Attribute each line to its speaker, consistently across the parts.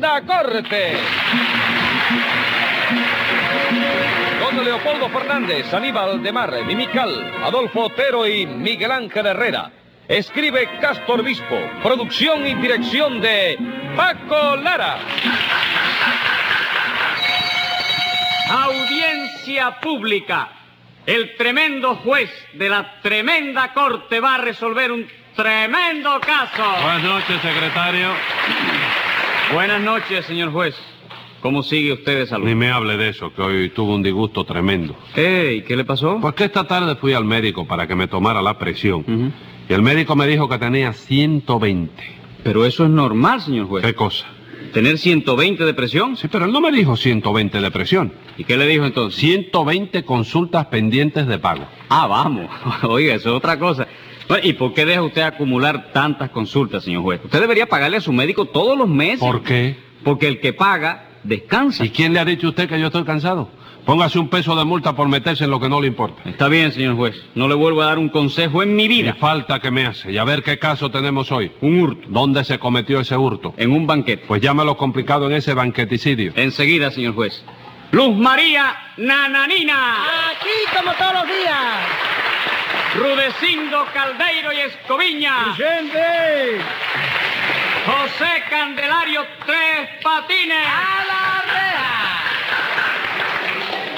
Speaker 1: la corte. Don Leopoldo Fernández, Aníbal de Mar, Mimical, Adolfo Otero y Miguel Ángel Herrera. Escribe Castor Bispo, producción y dirección de Paco Lara.
Speaker 2: Audiencia pública. El tremendo juez de la tremenda corte va a resolver un tremendo caso.
Speaker 3: Buenas noches, secretario.
Speaker 2: Buenas noches, señor juez. ¿Cómo sigue usted de
Speaker 3: Ni
Speaker 2: salud?
Speaker 3: me hable de eso, que hoy tuve un disgusto tremendo.
Speaker 2: Ey, ¿qué le pasó?
Speaker 3: Pues que esta tarde fui al médico para que me tomara la presión. Y el médico me dijo que tenía 120.
Speaker 2: Pero eso es normal, señor juez.
Speaker 3: ¿Qué cosa?
Speaker 2: ¿Tener 120 de presión?
Speaker 3: Sí, pero él no me dijo 120 de presión.
Speaker 2: ¿Y qué le dijo entonces?
Speaker 3: 120 consultas pendientes de pago.
Speaker 2: Ah, vamos. Oiga, eso es otra cosa. Bueno, ¿Y por qué deja usted acumular tantas consultas, señor juez? Usted debería pagarle a su médico todos los meses.
Speaker 3: ¿Por qué?
Speaker 2: Porque el que paga descansa.
Speaker 3: ¿Y quién le ha dicho a usted que yo estoy cansado? Póngase un peso de multa por meterse en lo que no le importa.
Speaker 2: Está bien, señor juez. No le vuelvo a dar un consejo en mi
Speaker 3: Y
Speaker 2: vida.
Speaker 3: falta que me hace. Y a ver qué caso tenemos hoy.
Speaker 2: Un hurto.
Speaker 3: ¿Dónde se cometió ese hurto?
Speaker 2: En un banquete.
Speaker 3: Pues llámalo complicado en ese banqueticidio.
Speaker 2: Enseguida, señor juez. Luz María Nananina.
Speaker 4: Aquí como todos los días.
Speaker 2: Rudecindo Caldeiro y Escoviña.
Speaker 4: ¡Gente!
Speaker 2: José Candelario Tres Patines.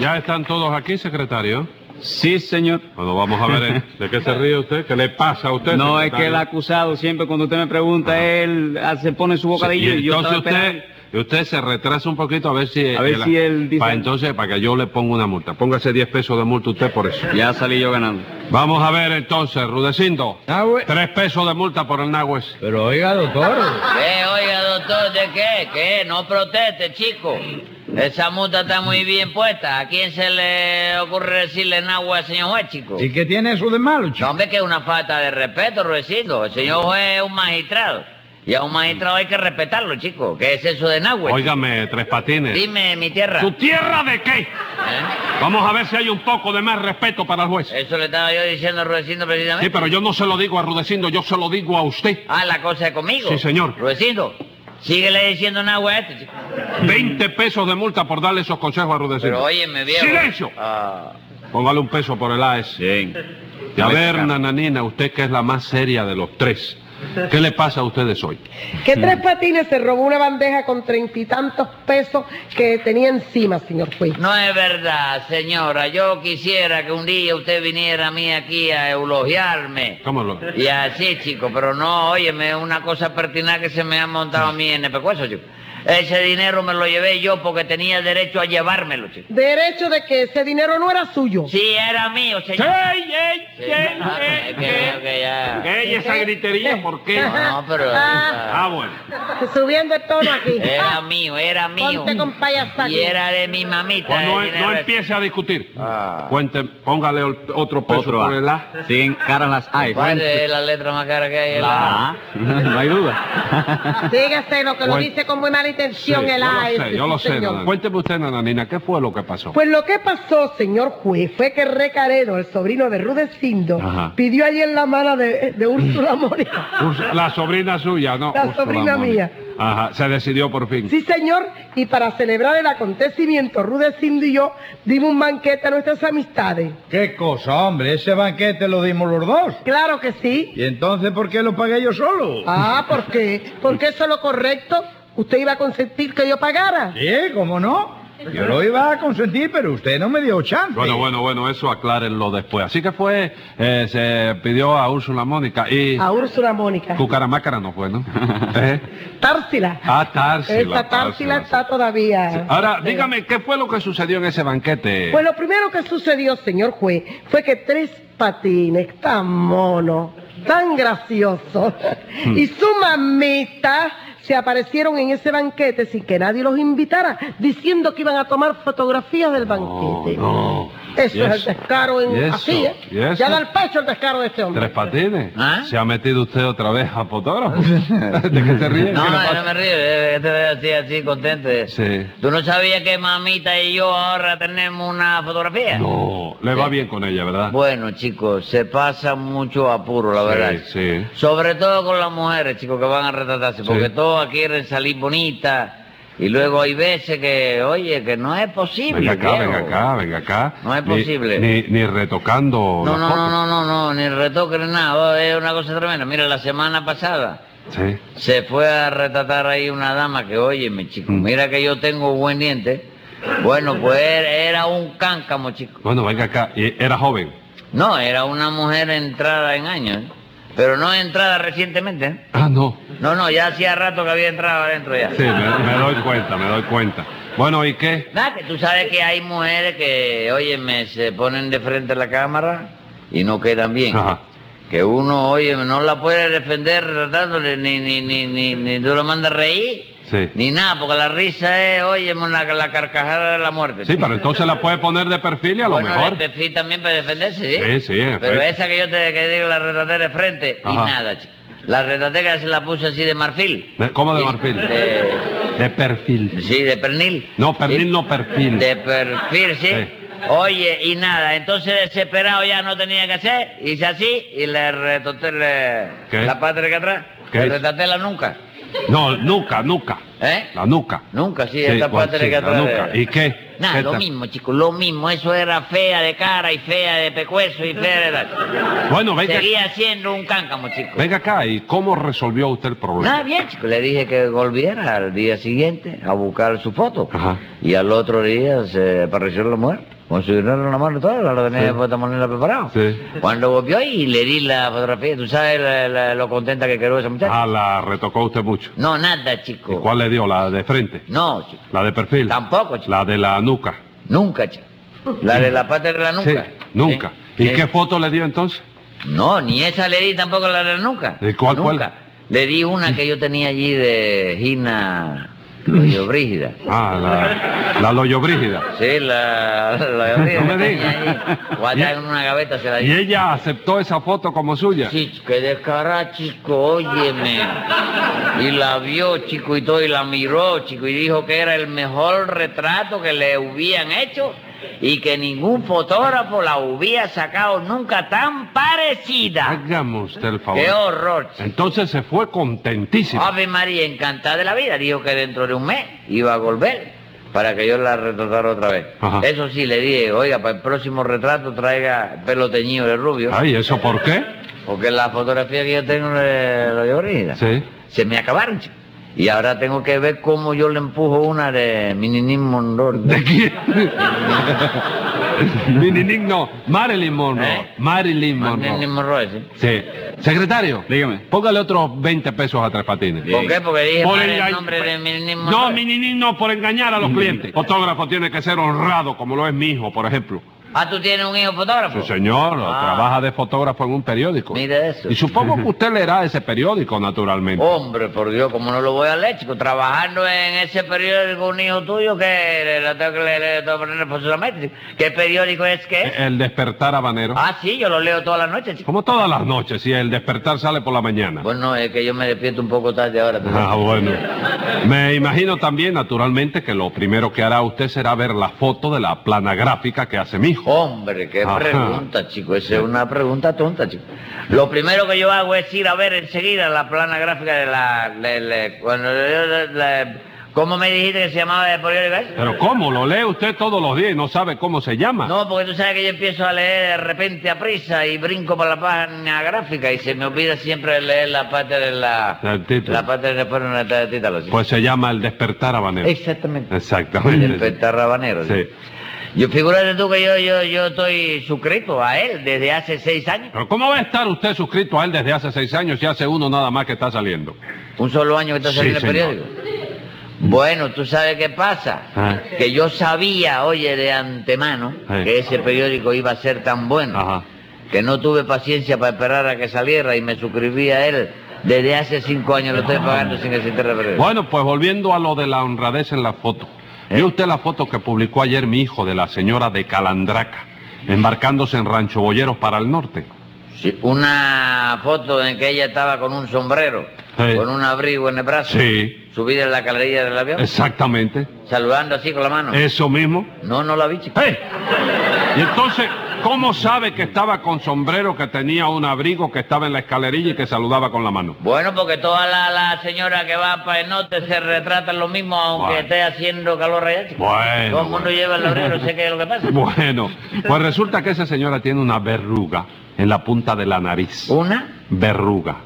Speaker 3: ¿Ya están todos aquí, secretario?
Speaker 2: Sí, señor.
Speaker 3: Bueno, vamos a ver. ¿eh? ¿De qué se ríe usted? ¿Qué le pasa a usted?
Speaker 2: No, es que el
Speaker 3: secretario?
Speaker 2: acusado siempre cuando usted me pregunta, él ah, se pone su
Speaker 3: Sí,
Speaker 2: bocadillo y,
Speaker 3: y
Speaker 2: yo estaba
Speaker 3: entonces
Speaker 2: esperando.
Speaker 3: usted, y usted se retrasa un poquito a ver si...
Speaker 2: A ver si él dice-
Speaker 3: Para entonces, para que yo le ponga una multa. Póngase 10 pesos de multa usted por eso.
Speaker 2: Ya salí yo ganando.
Speaker 3: Vamos a ver entonces, Rudecindo.
Speaker 4: Ah,
Speaker 3: Tres pesos de multa por el Nahues.
Speaker 5: Pero oiga, doctor.
Speaker 6: Eh, oiga, doctor, ¿de qué? ¿Qué? No proteste, chico. Esa multa está muy bien puesta. ¿A quién se le ocurre decirle nada al señor juez, chico?
Speaker 5: ¿Y qué tiene eso de malo,
Speaker 6: No,
Speaker 5: chico?
Speaker 6: hombre, que es una falta de respeto, Ruecito. El señor juez es un magistrado. Y a un magistrado hay que respetarlo, chico. ¿Qué es eso de Nahuel?
Speaker 3: Óigame, Tres Patines.
Speaker 6: Dime, mi tierra.
Speaker 3: ¿Tu tierra de qué?
Speaker 6: ¿Eh?
Speaker 3: Vamos a ver si hay un poco de más respeto para el juez.
Speaker 2: Eh,
Speaker 6: Eso le estaba yo diciendo a Ruecindo precisamente.
Speaker 3: Sí, pero yo no se lo digo a Rudecindo, yo se lo digo a usted.
Speaker 6: Ah, la cosa es conmigo.
Speaker 3: Sí, señor.
Speaker 6: Ruecindo, síguele diciendo Nahuel a este, chico.
Speaker 3: 20 pesos de multa por darle esos consejos a Rudecindo.
Speaker 6: Pero óyeme, viejo.
Speaker 3: ¡Silencio!
Speaker 6: Ah.
Speaker 3: Póngale un peso por el AES.
Speaker 2: Bien.
Speaker 3: Y a
Speaker 2: Cabeza,
Speaker 3: ver,
Speaker 2: cara.
Speaker 3: Nananina, usted que es la más seria de los tres, ¿qué le pasa a ustedes hoy?
Speaker 4: Que
Speaker 3: Mm.
Speaker 4: tres patines se robó una bandeja con treinta y tantos pesos que tenía encima, señor juez.
Speaker 6: No es verdad, señora. Yo quisiera que un día usted viniera a mí aquí a eulogiarme.
Speaker 3: ¿Cómo lo...?
Speaker 6: Y así, chico, pero no, óyeme, es una cosa pertinaz que se me ha montado a mí en el pecueso, chico. Ese dinero me lo llevé yo porque tenía derecho a llevármelo, chico.
Speaker 4: Derecho de que ese dinero no era suyo.
Speaker 6: Sí, era mío, señor. Sí. Ah, es que- es que ya-
Speaker 3: ¿Qué esa gritería? ¿Por qué?
Speaker 6: No, pero...
Speaker 3: Ah, bueno.
Speaker 4: Subiendo el tono aquí. Ah,
Speaker 6: Era mío, era mío.
Speaker 4: Ponte con payasa aquí.
Speaker 6: Y era de mi mamita.
Speaker 3: Pues no,
Speaker 6: el
Speaker 3: no
Speaker 6: dinero ese.
Speaker 3: empiece a discutir.
Speaker 6: Ah.
Speaker 3: Cuente, póngale ol- otro peso
Speaker 2: Otro
Speaker 3: por el A.
Speaker 2: A. Siguen caras las A.
Speaker 6: ¿Cuál es la letra más cara que hay? en
Speaker 2: La A. No hay duda.
Speaker 4: Dígase lo que lo
Speaker 3: Bueno.
Speaker 4: dice con muy mala intención
Speaker 3: Sí,
Speaker 4: el
Speaker 3: yo
Speaker 4: AES.
Speaker 3: lo sé, yo lo
Speaker 4: sí,
Speaker 3: sé,
Speaker 4: señor.
Speaker 3: Nananina. Cuénteme usted, Nananina, ¿qué fue lo que pasó?
Speaker 4: Pues lo que pasó, señor juez, fue que Recaredo, el sobrino de Rudecindo,
Speaker 3: Ajá.
Speaker 4: pidió allí en la mano de, de Úrsula Mónica.
Speaker 3: Us- La sobrina suya, ¿no?
Speaker 4: La
Speaker 3: Úrsula
Speaker 4: sobrina
Speaker 3: Moni.
Speaker 4: mía.
Speaker 3: Ajá, se decidió por fin.
Speaker 4: Sí, señor, y para celebrar el acontecimiento, Rudecindo y yo dimos un banquete a nuestras amistades.
Speaker 5: ¿Qué cosa, hombre? Ese banquete lo dimos los dos.
Speaker 4: Claro que sí.
Speaker 5: ¿Y entonces por qué lo pagué yo solo?
Speaker 4: Ah, ¿por qué? Porque eso es lo correcto. ¿Usted iba a consentir que yo pagara?
Speaker 5: Sí, ¿cómo no? Yo lo iba a consentir, pero usted no me dio chance.
Speaker 3: Bueno, bueno, bueno, eso aclárenlo después. Así que fue, eh, se pidió a Úrsula Mónica y...
Speaker 4: A Úrsula Mónica.
Speaker 3: Cucaramácara no fue, ¿no? ¿Eh?
Speaker 4: Társila.
Speaker 3: Ah, Társila.
Speaker 4: Esa Társila está
Speaker 3: Társila.
Speaker 4: todavía.
Speaker 3: Ahora, dígame, ¿qué fue lo que sucedió en ese banquete?
Speaker 4: Pues lo primero que sucedió, señor juez, fue que tres patines, tan mono, tan gracioso,
Speaker 3: Hmm.
Speaker 4: y su mamita se aparecieron en ese banquete sin que nadie los invitara, diciendo que iban a tomar fotografías del banquete.
Speaker 3: Oh, no.
Speaker 4: Eso
Speaker 3: ¿Y
Speaker 4: es el
Speaker 3: eso?
Speaker 4: descaro en
Speaker 3: ¿Y eso?
Speaker 4: así, ¿eh?
Speaker 3: ¿Y eso?
Speaker 4: Ya da el pecho el descaro de este hombre.
Speaker 3: Tres patines.
Speaker 6: ¿Ah?
Speaker 3: Se ha metido usted otra vez a fotógrafo. ¿De qué se ríe?
Speaker 6: No,
Speaker 3: ¿Qué le
Speaker 6: no,
Speaker 3: pasa?
Speaker 6: no me río, eh, te veo así, así contento. eh.
Speaker 3: Sí.
Speaker 6: ¿Tú no sabías que mamita y yo ahora tenemos una fotografía?
Speaker 3: No, le va bien con ella, ¿verdad?
Speaker 6: Bueno, chicos, se pasa mucho apuro, la
Speaker 3: Sí,
Speaker 6: verdad.
Speaker 3: sí.
Speaker 6: Sobre todo con las mujeres, chicos, que van a retratarse, porque
Speaker 3: Sí.
Speaker 6: todas quieren salir bonitas, Y luego hay veces que, oye, que no es posible.
Speaker 3: Venga acá,
Speaker 6: viejo.
Speaker 3: venga acá, venga acá.
Speaker 6: No es
Speaker 3: Ni-
Speaker 6: posible.
Speaker 3: Ni, ni retocando
Speaker 6: No,
Speaker 3: las
Speaker 6: no, no,
Speaker 3: fotos.
Speaker 6: no, no, no, ni retoque ni nada. oh, Es una cosa tremenda. Mira, la semana pasada
Speaker 3: Sí.
Speaker 6: se fue a retratar ahí una dama que, oye, mi chico,
Speaker 3: Mm.
Speaker 6: mira que yo tengo buen diente. Bueno, pues era- era un cáncamo, chico.
Speaker 3: Bueno, venga acá. Y Era joven.
Speaker 6: No, era una mujer entrada en años, ¿eh? pero no entrada recientemente. ¿eh?
Speaker 3: Ah, no.
Speaker 6: No, no, ya hacía rato que había entrado adentro ya.
Speaker 3: Sí, me, me doy cuenta, me doy cuenta. Bueno, ¿y qué?
Speaker 6: Nada, que tú sabes que hay mujeres que, óyeme, se ponen de frente a la cámara y no quedan bien.
Speaker 3: Ajá.
Speaker 6: Que uno, oye, no la puede defender tratándole, ni, ni, ni, ni, ni tú lo mandas a reír,
Speaker 3: Sí.
Speaker 6: ni nada, porque la risa es, oye, la, la carcajada de la muerte.
Speaker 3: Sí, pero entonces la puede poner de perfil y a lo
Speaker 6: bueno,
Speaker 3: mejor.
Speaker 6: el perfil también para defenderse, ¿sí?
Speaker 3: Sí, sí, en
Speaker 6: Pero
Speaker 3: efecto.
Speaker 6: esa que yo te que digo, la retratera de frente, y
Speaker 3: Ajá.
Speaker 6: nada, chico. La retratera se la puse así de marfil.
Speaker 3: ¿De- ¿Cómo de
Speaker 6: Sí,
Speaker 3: perfil?
Speaker 6: de-
Speaker 3: De perfil.
Speaker 6: Sí, de pernil.
Speaker 3: No, pernil
Speaker 6: Sí.
Speaker 3: no perfil.
Speaker 6: De perfil, sí.
Speaker 3: Sí.
Speaker 6: Oye, y nada, entonces desesperado ya no tenía que hacer, hice así y le retoté le-
Speaker 3: ¿Qué?
Speaker 6: la parte que atrás.
Speaker 3: ¿Qué?
Speaker 6: Le retaté la nuca.
Speaker 3: No, nuca, nuca.
Speaker 6: ¿Eh?
Speaker 3: La nuca.
Speaker 6: Nunca, sí,
Speaker 3: Sí,
Speaker 6: esta
Speaker 3: bueno,
Speaker 6: parte
Speaker 3: sí,
Speaker 6: que
Speaker 3: la
Speaker 6: atrás.
Speaker 3: nuca. ¿Y qué?
Speaker 6: Nada,
Speaker 3: ¿Qué
Speaker 6: lo
Speaker 3: tal?
Speaker 6: mismo, chicos, lo mismo. Eso era fea de cara y fea de pecueso y fea de tal.
Speaker 3: Bueno, venga,
Speaker 6: Seguía siendo un cáncamo, chico.
Speaker 3: venga acá. ¿Y cómo resolvió usted el
Speaker 6: Nada,
Speaker 3: problema?
Speaker 6: bien, chico. Le dije que volviera al día siguiente a buscar su foto.
Speaker 3: Ajá.
Speaker 6: Y al otro día se apareció la mujer. Con su dinero en la mano y todo, la tenía de esta manera preparado.
Speaker 3: Sí.
Speaker 6: Cuando volvió y le di la fotografía, ¿tú sabes la- la- lo contenta que quedó esa muchacha?
Speaker 3: Ah, la retocó usted mucho.
Speaker 6: No, nada,
Speaker 3: ¿Y
Speaker 6: chico.
Speaker 3: cuál le dio? ¿La de frente?
Speaker 6: No, chico.
Speaker 3: ¿La de perfil?
Speaker 6: Tampoco, chico.
Speaker 3: ¿La de la nuca?
Speaker 6: Nunca, chico. La de la parte de la nuca.
Speaker 3: Sí, nunca.
Speaker 6: Sí.
Speaker 3: ¿Y
Speaker 6: Sí.
Speaker 3: qué foto le dio entonces?
Speaker 6: No, ni esa le di tampoco la de nunca.
Speaker 3: ¿De cuál,
Speaker 6: Nunca.
Speaker 3: cuál?
Speaker 6: Le di una que yo tenía allí de Gina Loyo Brígida.
Speaker 3: Ah, la, la Loyo Brígida.
Speaker 6: Sí, la Loyo Brígida.
Speaker 3: No me
Speaker 6: que
Speaker 3: digas.
Speaker 6: tenía allí. Guardada en una gaveta se la
Speaker 3: ¿Y
Speaker 6: di.
Speaker 3: ella aceptó esa foto como suya?
Speaker 6: Sí, que descarada, chico, óyeme. Y la vio, chico, y todo, y la miró, chico, y dijo que era el mejor retrato que le hubieran hecho y que ningún fotógrafo la hubiera sacado nunca tan parecida.
Speaker 3: Hágame usted el favor.
Speaker 6: ¡Qué Ah, horror, chico!
Speaker 3: Entonces se fue contentísimo.
Speaker 6: Ave María, encantada de la vida, dijo que dentro de un mes iba a volver para que yo la retratara otra vez.
Speaker 3: Ajá.
Speaker 6: Eso sí, le dije, oiga, para el próximo retrato traiga pelo teñido de rubio,
Speaker 3: Ay, ¿eso por qué?
Speaker 6: porque la fotografía que yo tengo de la de Brígida
Speaker 3: Sí.
Speaker 6: se me acabaron, chico. Y ahora tengo que ver cómo yo le empujo una de Mininín Mondor.
Speaker 3: ¿De quién? Mi ninín no, Marilyn Monroe.
Speaker 6: ¿Eh?
Speaker 3: Marilyn
Speaker 6: Mininín
Speaker 3: Monroe.
Speaker 6: Monroe,
Speaker 3: Sí.
Speaker 6: sí.
Speaker 3: Secretario,
Speaker 2: Dígame.
Speaker 3: Póngale otros 20 pesos a Tres Patines.
Speaker 6: ¿Por qué? Porque dije
Speaker 3: Por
Speaker 6: mal el
Speaker 3: engañ-
Speaker 6: nombre de Mininín
Speaker 3: No,
Speaker 6: Monroe. Mm.
Speaker 3: mi ninín no, por engañar a los clientes. Fotógrafo tiene que ser honrado, como lo es mi hijo, por ejemplo.
Speaker 6: Ah, ¿tú tienes un hijo fotógrafo?
Speaker 3: Su señor
Speaker 6: Ah.
Speaker 3: trabaja de fotógrafo en un periódico.
Speaker 6: Mira eso.
Speaker 3: Y supongo que usted leerá ese periódico, naturalmente.
Speaker 6: Hombre, por Dios, como no lo voy a leer, chico, trabajando en ese periódico un hijo tuyo que le, le tengo que le- le tengo que poner forzosamente, chico. ¿Qué periódico es que es?
Speaker 3: El despertar habanero.
Speaker 6: Ah, sí, yo lo leo toda la noche, chico.
Speaker 3: Como todas las noches, si el despertar sale por la mañana.
Speaker 6: Bueno, es que yo me despierto un poco tarde ahora. pero-
Speaker 3: Ah, bueno. Me imagino también, naturalmente, que lo primero que hará usted será ver la foto de la plana gráfica que hace mi hijo.
Speaker 6: Hombre, qué
Speaker 3: Ajá.
Speaker 6: pregunta, chico. Esa es una pregunta tonta, chico. Lo primero que yo hago es ir a ver enseguida la plana gráfica de la... de- de- cuando yo- de- de- ¿Cómo me dijiste que se llamaba el periódico ese?
Speaker 3: Pero ¿cómo? Lo lee usted todos los días y no sabe cómo se llama.
Speaker 6: No, porque tú sabes que yo empiezo a leer de repente a prisa y brinco para la página gráfica y se me olvida siempre leer la parte de la...
Speaker 3: Ah, El título.
Speaker 6: La parte de después de la título. sí.
Speaker 3: Pues se llama el despertar habanero.
Speaker 6: Exactamente.
Speaker 3: Exactamente.
Speaker 6: El pentarrabanero.
Speaker 3: Sí.
Speaker 6: Yo figúrate tú que yo, yo, yo estoy suscrito a él desde hace seis años.
Speaker 3: Pero ¿cómo va a estar usted suscrito a él desde hace seis años si hace uno nada más que está saliendo?
Speaker 6: Un solo año que está
Speaker 3: Sí,
Speaker 6: saliendo el
Speaker 3: señor.
Speaker 6: periódico. Bueno, tú sabes qué pasa.
Speaker 3: Ah.
Speaker 6: Que yo sabía, oye, de antemano,
Speaker 3: Sí.
Speaker 6: que ese periódico iba a ser tan bueno.
Speaker 3: Ajá.
Speaker 6: que no tuve paciencia para esperar a que saliera y me suscribí a él. Desde hace cinco años lo estoy
Speaker 3: Ah.
Speaker 6: pagando sin que se entere breve.
Speaker 3: Bueno, pues volviendo a lo de la honradez en la foto. ¿Vio usted la foto que publicó ayer mi hijo de la señora de Calandraca, embarcándose en Rancho Boyeros para el norte?
Speaker 6: Sí, una foto en que ella estaba con un sombrero,
Speaker 3: Sí.
Speaker 6: con un abrigo en el brazo,
Speaker 3: Sí.
Speaker 6: subida en la galería del avión,
Speaker 3: Exactamente.
Speaker 6: Ah. saludando así con la mano.
Speaker 3: Eso mismo.
Speaker 6: No, no la vi, chico.
Speaker 3: ¡Hey! Y entonces, ¿Cómo sabe que estaba con sombrero, que tenía un abrigo, que estaba en la escalerilla y que saludaba con la mano?
Speaker 6: Bueno, porque todas las la señoras que van para el norte se retratan lo mismo, aunque
Speaker 3: Bueno.
Speaker 6: esté haciendo calor allá. chico.
Speaker 3: Bueno,
Speaker 6: Todo el mundo
Speaker 3: bueno.
Speaker 6: lleva el laurero, sé qué es lo que pasa.
Speaker 3: Bueno, pues resulta que esa señora tiene una verruga en la punta de la nariz.
Speaker 6: ¿Una?
Speaker 3: Verruga.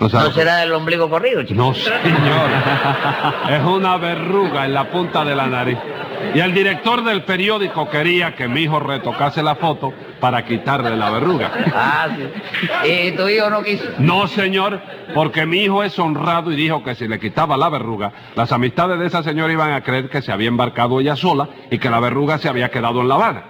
Speaker 3: ¿No sabe
Speaker 6: Oh. ¿No será del ombligo corrido, chico?
Speaker 3: No, señor. Es una verruga en la punta de la nariz. Y el director del periódico quería que mi hijo retocase la foto para quitarle la verruga.
Speaker 6: Ah, sí. ¿Y tu hijo no quiso?
Speaker 3: No, señor, porque mi hijo es honrado y dijo que si le quitaba la verruga, las amistades de esa señora iban a creer que se había embarcado ella sola y que la verruga se había quedado en La Habana.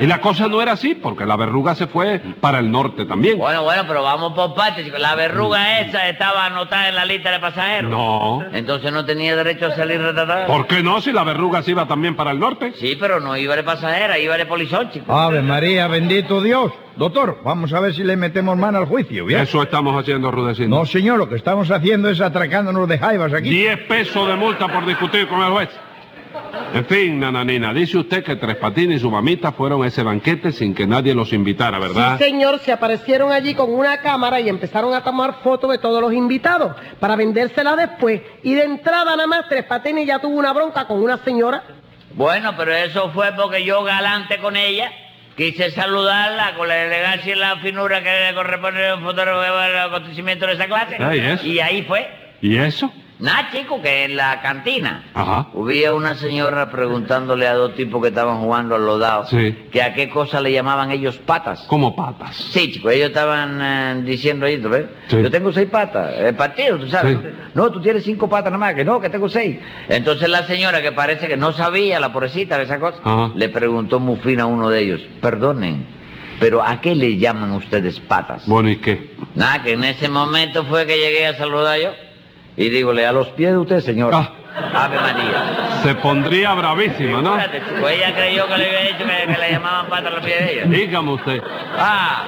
Speaker 3: Y la cosa no era así, porque la verruga se fue para el norte también.
Speaker 6: Bueno, bueno, pero vamos por partes, chico. La verruga esa estaba anotada en la lista de pasajeros.
Speaker 3: Mm. No.
Speaker 6: Entonces no tenía derecho a salir retratada.
Speaker 3: ¿Por qué no si la verruga se iba también para el norte?
Speaker 6: Sí, pero no iba de pasajera, iba de polizón, chico.
Speaker 5: Ave María, bendito Dios. Doctor, vamos a ver si le metemos mano al juicio, ¿bien?
Speaker 3: Eso estamos haciendo, Rudecindo.
Speaker 5: No, señor, lo que estamos haciendo es atracándonos de jaivas aquí.
Speaker 3: 10 pesos de multa por discutir con el juez. En fin, nananina, dice usted que Tres Patines y su mamita fueron a ese banquete sin que nadie los invitara, ¿verdad?
Speaker 4: Sí, señor, se aparecieron allí con una cámara y empezaron a tomar fotos de todos los invitados para vendérselas después. Y de entrada nada más Tres Patines ya tuvo una bronca con una señora.
Speaker 3: Ah.
Speaker 6: Bueno, pero eso fue porque yo galante con ella. Quise saludarla con la elegancia y la finura que le corresponde a un fotógrafo del acontecimiento de esa clase.
Speaker 3: Ay, eso.
Speaker 6: Y ahí fue.
Speaker 3: ¿Y eso?
Speaker 6: Nada, chico, que en la cantina
Speaker 3: Ajá.
Speaker 6: hubiera una señora preguntándole a dos tipos que estaban jugando al lodado
Speaker 3: Sí.
Speaker 6: que a qué cosa le llamaban ellos patas.
Speaker 3: Como patas.
Speaker 6: Sí, chico, ellos estaban eh, diciendo ahí, ¿tú ves?
Speaker 3: Sí.
Speaker 6: Yo tengo seis patas, el partido, tú sabes.
Speaker 3: Sí.
Speaker 6: No, tú tienes cinco patas nada más, que no, que tengo seis. Entonces la señora, que parece que no sabía, la pobrecita de esa cosa,
Speaker 3: Ajá.
Speaker 6: le preguntó muy fina a uno de ellos, perdonen, pero ¿a qué le llaman ustedes patas?
Speaker 3: Bueno, ¿y qué?
Speaker 6: Nada, que en ese momento fue que llegué a saludar yo y dígole, a los pies de usted, señor.
Speaker 3: Ah.
Speaker 6: Ave María.
Speaker 3: Se pondría bravísima, ¿no?
Speaker 6: Espérate, chico, ella creyó que le había dicho que, que le llamaban patas a los pies de ella.
Speaker 3: Dígame usted.
Speaker 6: Ah,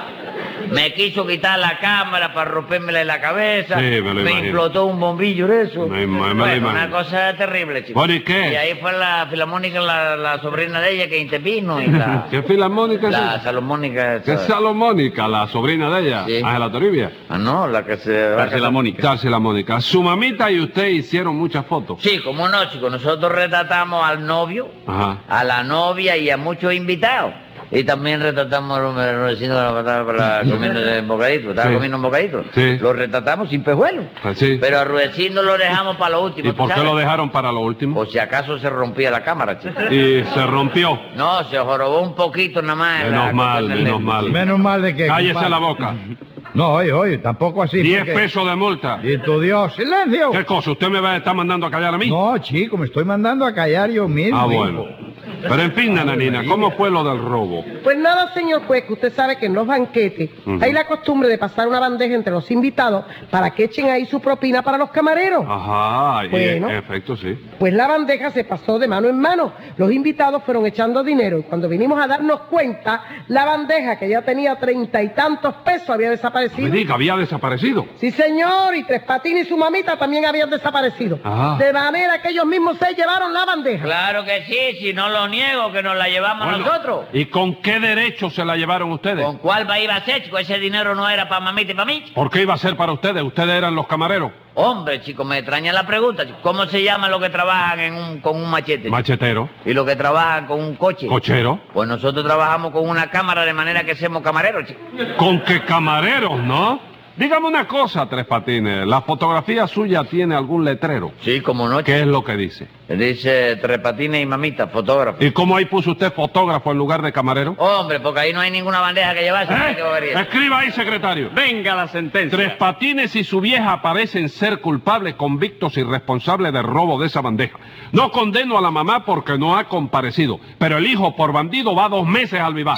Speaker 6: me quiso quitar la cámara para rompérmela en la cabeza.
Speaker 3: Sí, me lo imagino.
Speaker 6: explotó un bombillo de eso.
Speaker 3: Me- me lo
Speaker 6: Bueno, una
Speaker 3: imagino.
Speaker 6: cosa terrible, chico.
Speaker 3: Bueno, ¿y qué?
Speaker 6: Y ahí fue la filarmónica, la, la sobrina de ella que intervino y la,
Speaker 3: ¿Qué filarmónica es
Speaker 6: la
Speaker 3: esa?
Speaker 6: salomónica. esa.
Speaker 3: ¿Qué es Salomónica, la sobrina de ella?
Speaker 6: Sí.
Speaker 3: Ángela Toribia.
Speaker 6: Ah, no, la que se... va a casar.
Speaker 3: Darse la Mónica. Su mamita y usted hicieron muchas fotos.
Speaker 6: Sí, como no, chico. Nosotros retratamos al novio,
Speaker 3: Ajá.
Speaker 6: a la novia y a muchos invitados. Y también retratamos a los a los vecinos de la patada para comiendo un bocadito. Estaba
Speaker 3: Sí.
Speaker 6: comiendo un bocadito.
Speaker 3: Sí.
Speaker 6: Lo retratamos sin pejuelo.
Speaker 3: Pues sí.
Speaker 6: Pero a Rudecindo lo dejamos para lo último.
Speaker 3: ¿Y por
Speaker 6: ¿tú
Speaker 3: qué
Speaker 6: sabes?
Speaker 3: lo dejaron para lo último?
Speaker 6: Por si acaso se rompía la cámara, chico.
Speaker 3: Y se rompió.
Speaker 6: No, se jorobó un poquito nada más. en la-
Speaker 3: Menos mal,
Speaker 6: en el-
Speaker 3: menos mal.
Speaker 5: Menos mal de que...
Speaker 3: Cállese
Speaker 5: compadre.
Speaker 3: la boca.
Speaker 5: No, oye, oye, tampoco así.
Speaker 3: 10
Speaker 5: porque-
Speaker 3: pesos de multa.
Speaker 5: Bendito Dios, silencio.
Speaker 3: ¿Qué cosa? ¿Usted me va a estar mandando a callar a mí?
Speaker 5: No, chico, me estoy mandando a callar yo mismo.
Speaker 3: ah,
Speaker 5: hijo.
Speaker 3: bueno. Pero en fin, nananina, ¿cómo fue lo del robo?
Speaker 4: Pues nada, señor juez, que usted sabe que en los banquetes
Speaker 3: Ujú.
Speaker 4: hay la costumbre de pasar una bandeja entre los invitados para que echen ahí su propina para los camareros.
Speaker 3: Ah. Ajá, y
Speaker 4: Bueno.
Speaker 3: en efecto, sí.
Speaker 4: Pues la bandeja se pasó de mano en mano. Los invitados fueron echando dinero y cuando vinimos a darnos cuenta, la bandeja que ya tenía treinta y tantos pesos había
Speaker 3: Me
Speaker 4: desaparecido.
Speaker 3: diga, había desaparecido.
Speaker 4: Sí, señor, y Tres Patines y su mamita también habían desaparecido.
Speaker 3: Ah.
Speaker 4: De manera que ellos mismos se llevaron la bandeja.
Speaker 6: Claro que sí, si no lo niego, que nos la llevamos
Speaker 3: Bueno,
Speaker 6: nosotros.
Speaker 3: ¿Y con qué derecho se la llevaron ustedes?
Speaker 6: ¿Con cuál va iba a ser, chico? Ese dinero no era para mamita y para mí.
Speaker 3: ¿Por qué iba a ser para ustedes? Ustedes eran los camareros.
Speaker 6: Hombre, chico, me extraña la pregunta. chico. ¿Cómo se llama los que trabajan en un- con un machete? chico?
Speaker 3: Machetero,
Speaker 6: y los que trabajan con un coche.
Speaker 3: cochero.
Speaker 6: Pues nosotros trabajamos con una cámara de manera que somos camareros, chico.
Speaker 3: ¿Con qué camareros, no? Dígame una cosa, Tres Patines. ¿La fotografía suya tiene algún letrero?
Speaker 6: Sí, como no.
Speaker 3: ¿Qué es lo que dice?
Speaker 6: Dice Tres Patines y Mamita, fotógrafo.
Speaker 3: ¿Y cómo ahí puso usted fotógrafo en lugar de camarero?
Speaker 6: Hombre, porque ahí no hay ninguna bandeja que llevarse.
Speaker 3: ¿Eh?
Speaker 6: mira qué bobería.
Speaker 3: Escriba ahí, secretario.
Speaker 2: Venga la sentencia.
Speaker 3: Tres Patines y su vieja parecen ser culpables, convictos y responsables del robo de esa bandeja. No condeno a la mamá porque no ha comparecido, pero el hijo por bandido va dos meses al vivar.